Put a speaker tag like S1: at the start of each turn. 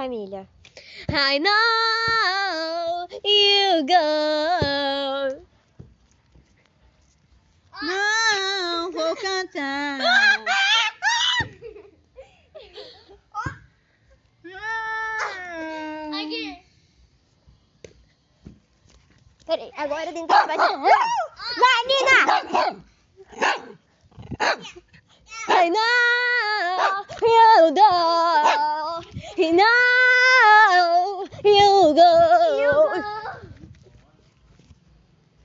S1: Camila.
S2: I know you go.
S3: Não, vou cantar. Não.
S4: Aqui.
S1: Peraí, agora tem que fazer. Vai, Nina!
S2: I know you go. You know